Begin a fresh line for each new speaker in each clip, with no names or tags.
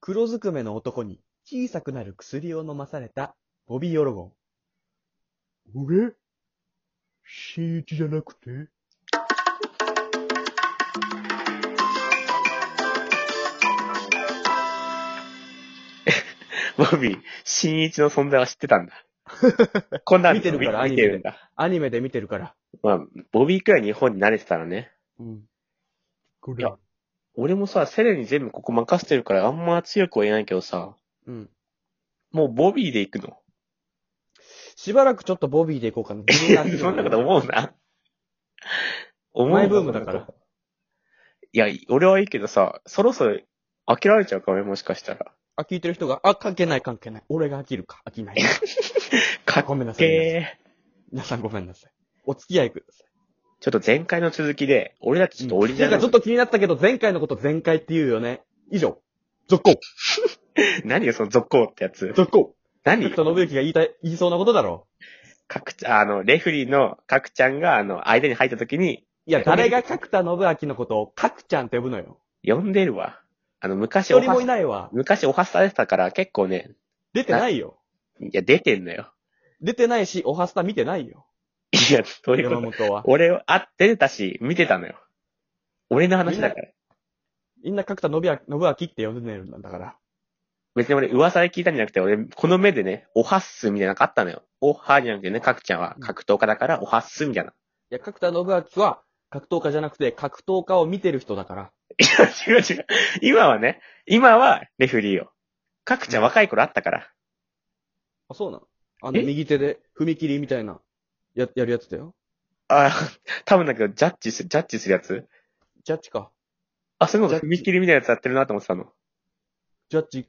黒ずくめの男に小さくなる薬を飲まされたボビー・オロゴン。
俺新一じゃなくて
ボビー、新一の存在は知ってたんだ。こんなの
見てるから
見見てるんだ。
アニメで見てるから。
まあ、ボビーくらい日本に慣れてたらね。
うん。
こ
い
れ
や。俺もさ、セレに全部ここ任せてるからあんま強くは言えないけどさ、
うん。
もうボビーで行くの。
しばらくちょっとボビーでいこうかな。自分の
いや
足で
そんなこと思うな。思うな
マイブームだから。
いや、俺はいいけどさ、そろそろ飽きられちゃうかもよもしかしたら。
あ、聞いてる人が、あ、関係ない関係ない。俺が飽きるか。飽きない。
かっ
ごめんなさい。皆さん
けー。
皆さんごめんなさい。お付き合いください。
ちょっと前回の続きで、俺たちちょっとオリジナ
なん
ル
かちょっと気になったけど、前回のこと前回って言うよね。以上。続行
何よ、その続行ってやつ。
続行
何
角信之が言いたい、言いそうなことだろ
角ちゃん、あの、レフェリーの角ちゃんが、あの、間に入った時に、
う。いや、誰が角田信明のことを角ちゃんって呼ぶのよ。
呼んでるわ。あの、昔
一
お
人もい
は、
ないわ。
昔おはされてたから、結構ね、
出てないよ。
いや、出てんのよ。
出てないし、オハスタ見てない よ。
いや、どういうこ
山
と
本は。
俺は、あ、出てたし、見てたのよ。俺の話だから。
みんな角田信明、信明って呼んでるんだから。
別に俺、噂で聞いたんじゃなくて、俺、この目でね、おはっすみたいなのがあったのよ。おはーじゃなくてね、角ちゃんは格闘家だから、おはっすみたいな。
いや、角田信明は、格闘家じゃなくて、格闘家を見てる人だから。
いや、違う違う。今はね、今は、レフェリーよ。角ちゃん若い頃あったから。
あ、そうなのあの、
え
右手で、踏切みたいな、や、やるやつだよ。
あ、多分だけど、ジャッジする、ジャッジするやつ
ジャッジか。
あ、そういう
ジャ
の
ッジ
踏切みたいなやつやってるなと思ってたの。
ジャッジ、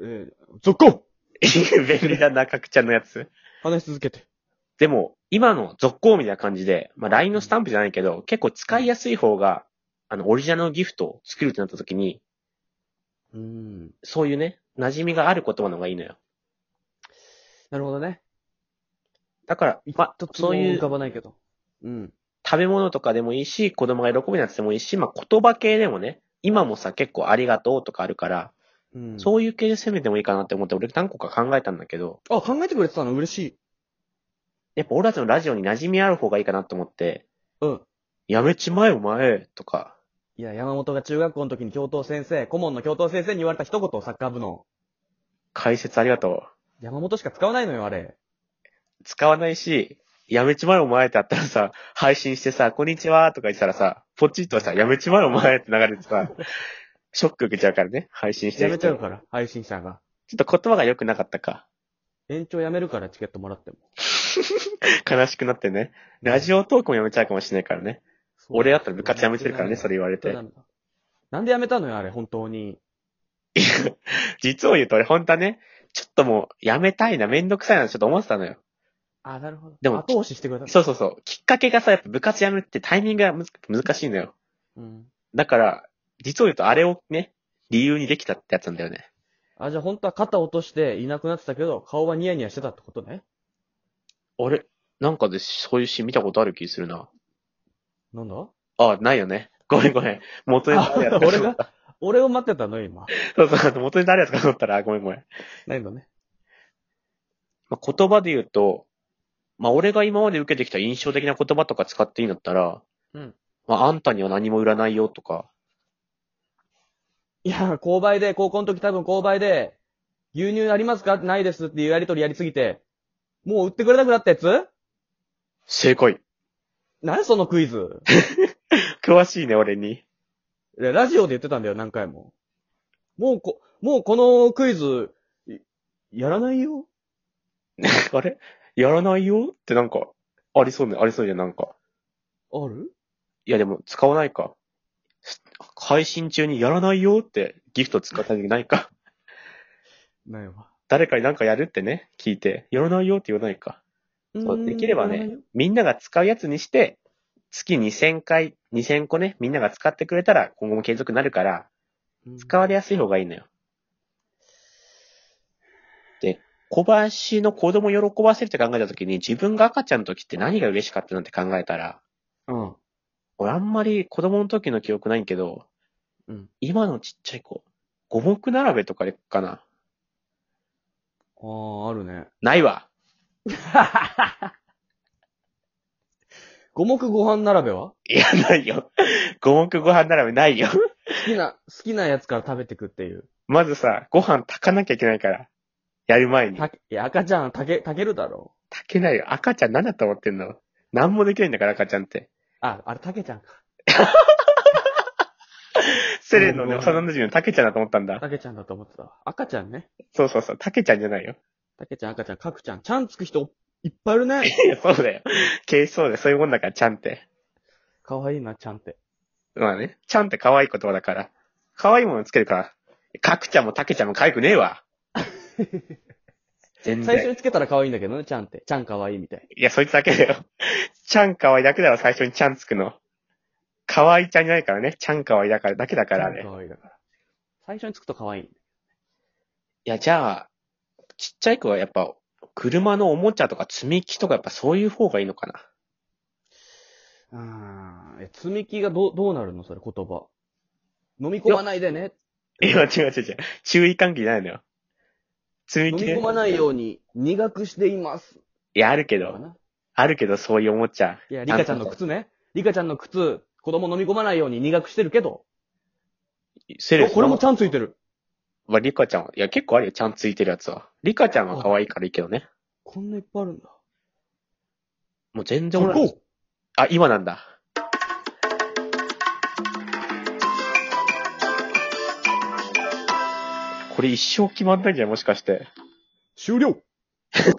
えー、続行
便利だな、角ちゃんのやつ。
話し続けて。
でも、今の続行みたいな感じで、まあ、LINE のスタンプじゃないけど、結構使いやすい方が、あの、オリジナルのギフトを作るってなった時に、
うーん。
そういうね、馴染みがある言葉の方がいいのよ。
なるほどね。
だから、まあ
一、つも
そうい
浮
う
か
食
ばないけど。うん。
べ物とかでもいいし、子供が喜ぶやつでもいいし、まあ、言葉系でもね、今もさ、結構ありがとうとかあるから、
うん。
そういう系で攻めてもいいかなって思って、俺何個か考えたんだけど、
あ、考えてくれてたの嬉しい。
やっぱ俺たちのラジオに馴染みある方がいいかなと思って、
うん。
やめちまえお前とか、
いや、山本が中学校の時に教頭先生、顧問の教頭先生に言われた一言をサッカー部の。
解説ありがと
山本しか使わないのよ、あれ。
う。使わないし、やめちまえお前ってあったらさ、配信してさ、こんにちはとか言ってたらさ、ポチッとさ、やめちまえお前って流れてさ、ショック受けちゃうからね、配信して
や
る
め
人
ちゃうから、配信者が。
ちょっと言葉が良くなかったか。
延長やめるから、チケットもらっても。
悲しくなってね。ラジオトークもやめちゃうかもしれないからね。俺だったら部活やめてるからね、それ言われ
絶対
て
ダ。メだ。なんでやめたのよ、あれ、本当に。
実を言うと俺本当はね、ちょっともう、やめたいな、めんどくさいな、ちょっと思ってたのよ。
あ、なるほど。
でも
後押ししてくれた。
そうそうそう。きっかけがさ、やっぱ部活やめるってタイミングがむず難しいのよ。
うん。
だから、実を言うとあれをね、理由にできたってやつなんだよね。
あ、じゃあ本当は肩落としていなくなってたけど、顔はニヤニヤしてたってことね。
あれなんかでそういうシーン見たことある気するな。
なんだ
あ、ないよね。ごめんごめん。元ネタあるやつかと思
俺
った
が、俺を待ってたのよ、今。
そうそう、元ネタあるやつかと思ったら、ごめんごめん。
ないのね。
まあ、言葉で言うと、まあ、俺が今まで受けてきた印象的な言葉とか使っていいんだったら、
うん。
まあ、あんたには何も売らないよとか、
いや、購買で、高校の時多分購買で、牛乳ありますかないですっていうやりとりやりすぎて、もう売ってくれなくなったやつ
正解。
何そのクイズ。
詳しいね、俺に。
いやラジオで言ってたんだよ、何回も。もうこ、もうこのクイズ、いやらないよ
あれやらないよってなんか、ありそうね、ありそうじゃん、なんか。
ある
いや、でも、使わないか。す配信中にやらないよってギフト使った時ないか。
ないわ。
誰かになんかやるってね、聞いて、やらないよって言わないか。そうできればね
うーんやらないよ
みんなが使うやつにして、月2000回、2000個ね、みんなが使ってくれたら今後も継続になるから、
うん
使われやすい方がいいのよ。で、小林の子供を喜ばせるって考えた時に、自分が赤ちゃんの時って何が嬉しかったなんて考えたら、
うん。
俺あんまり子供の時の記憶ないけど、
うん
今のちっちゃい子、五目並べとかでかな。
ああ、ある ね。
ないわ。
五目ご飯並べはい
や、ないよ。 五目ご飯並べないよ。
好きな、好きなやつから食べてくっていう。
まずさ、ご飯炊かなきゃいけないから。やる前に。
た、いや、赤ちゃん、たけ、たけるだろ。
炊けないよ。赤ちゃん何だと思ってんの何もできないんだから、赤ちゃんって。
あ、あれ、たけちゃん か。
セレンのね、幼馴染の竹ちゃんだと思ったんだ。
たけちゃんだと思ってたわ。赤ちゃんね。
そうそうそう、竹ちゃんじゃないよ。
たけちゃん、赤ちゃん、かくちゃん。ちゃんつく人、いっぱいいるね。
いや、そうだよ。形相でそういうもんだから、ちゃんって。
かわいいな、ちゃんって。
まあね、ちゃんって可愛い言葉だから。可愛いものつけるから。かくちゃんもたけちゃんも可愛くねえわ。 全
最初
然。
につけたら可愛いんだけどね、ちゃんって。ちゃん可愛いみたい。
いや、そいつだけだよ。ちゃん可愛いだけだろ、最初にちゃんつくの。可愛いちゃんじゃないからね。ちゃん可愛いだから、だけだからね。
ちゃん可愛いだから。最初につくと可愛い。
いや、じゃあ、ちっちゃい子はやっぱ、車のおもちゃとか積み木とかやっぱそういう方がいいのかな。
うーん。え積み木がどう、どうなるのそれ、言葉。飲み込まないでね。
いや、違う違う違う。注意喚起じゃないのよ。積
飲み
み木ね
込まないように苦くしています。
いや、あるけ
か
ど、
な
あるけどそういうおもちゃ。
いや、リカちゃんの靴ね。リカちゃんの靴、子供飲み込まないように苦くしてるけど。
セレ
おこれもち
ゃん。
ゃんついてる。
まあ、リカちゃんは、いや、結構あるよ、ちゃんついてるやつは。リカちゃんは可愛いからいいけどね。
こんないっぱいあるんだ。
もう全
じゃ
然俺、あ、今なんだ。これ一生決まんないんじゃないもしかして。
終了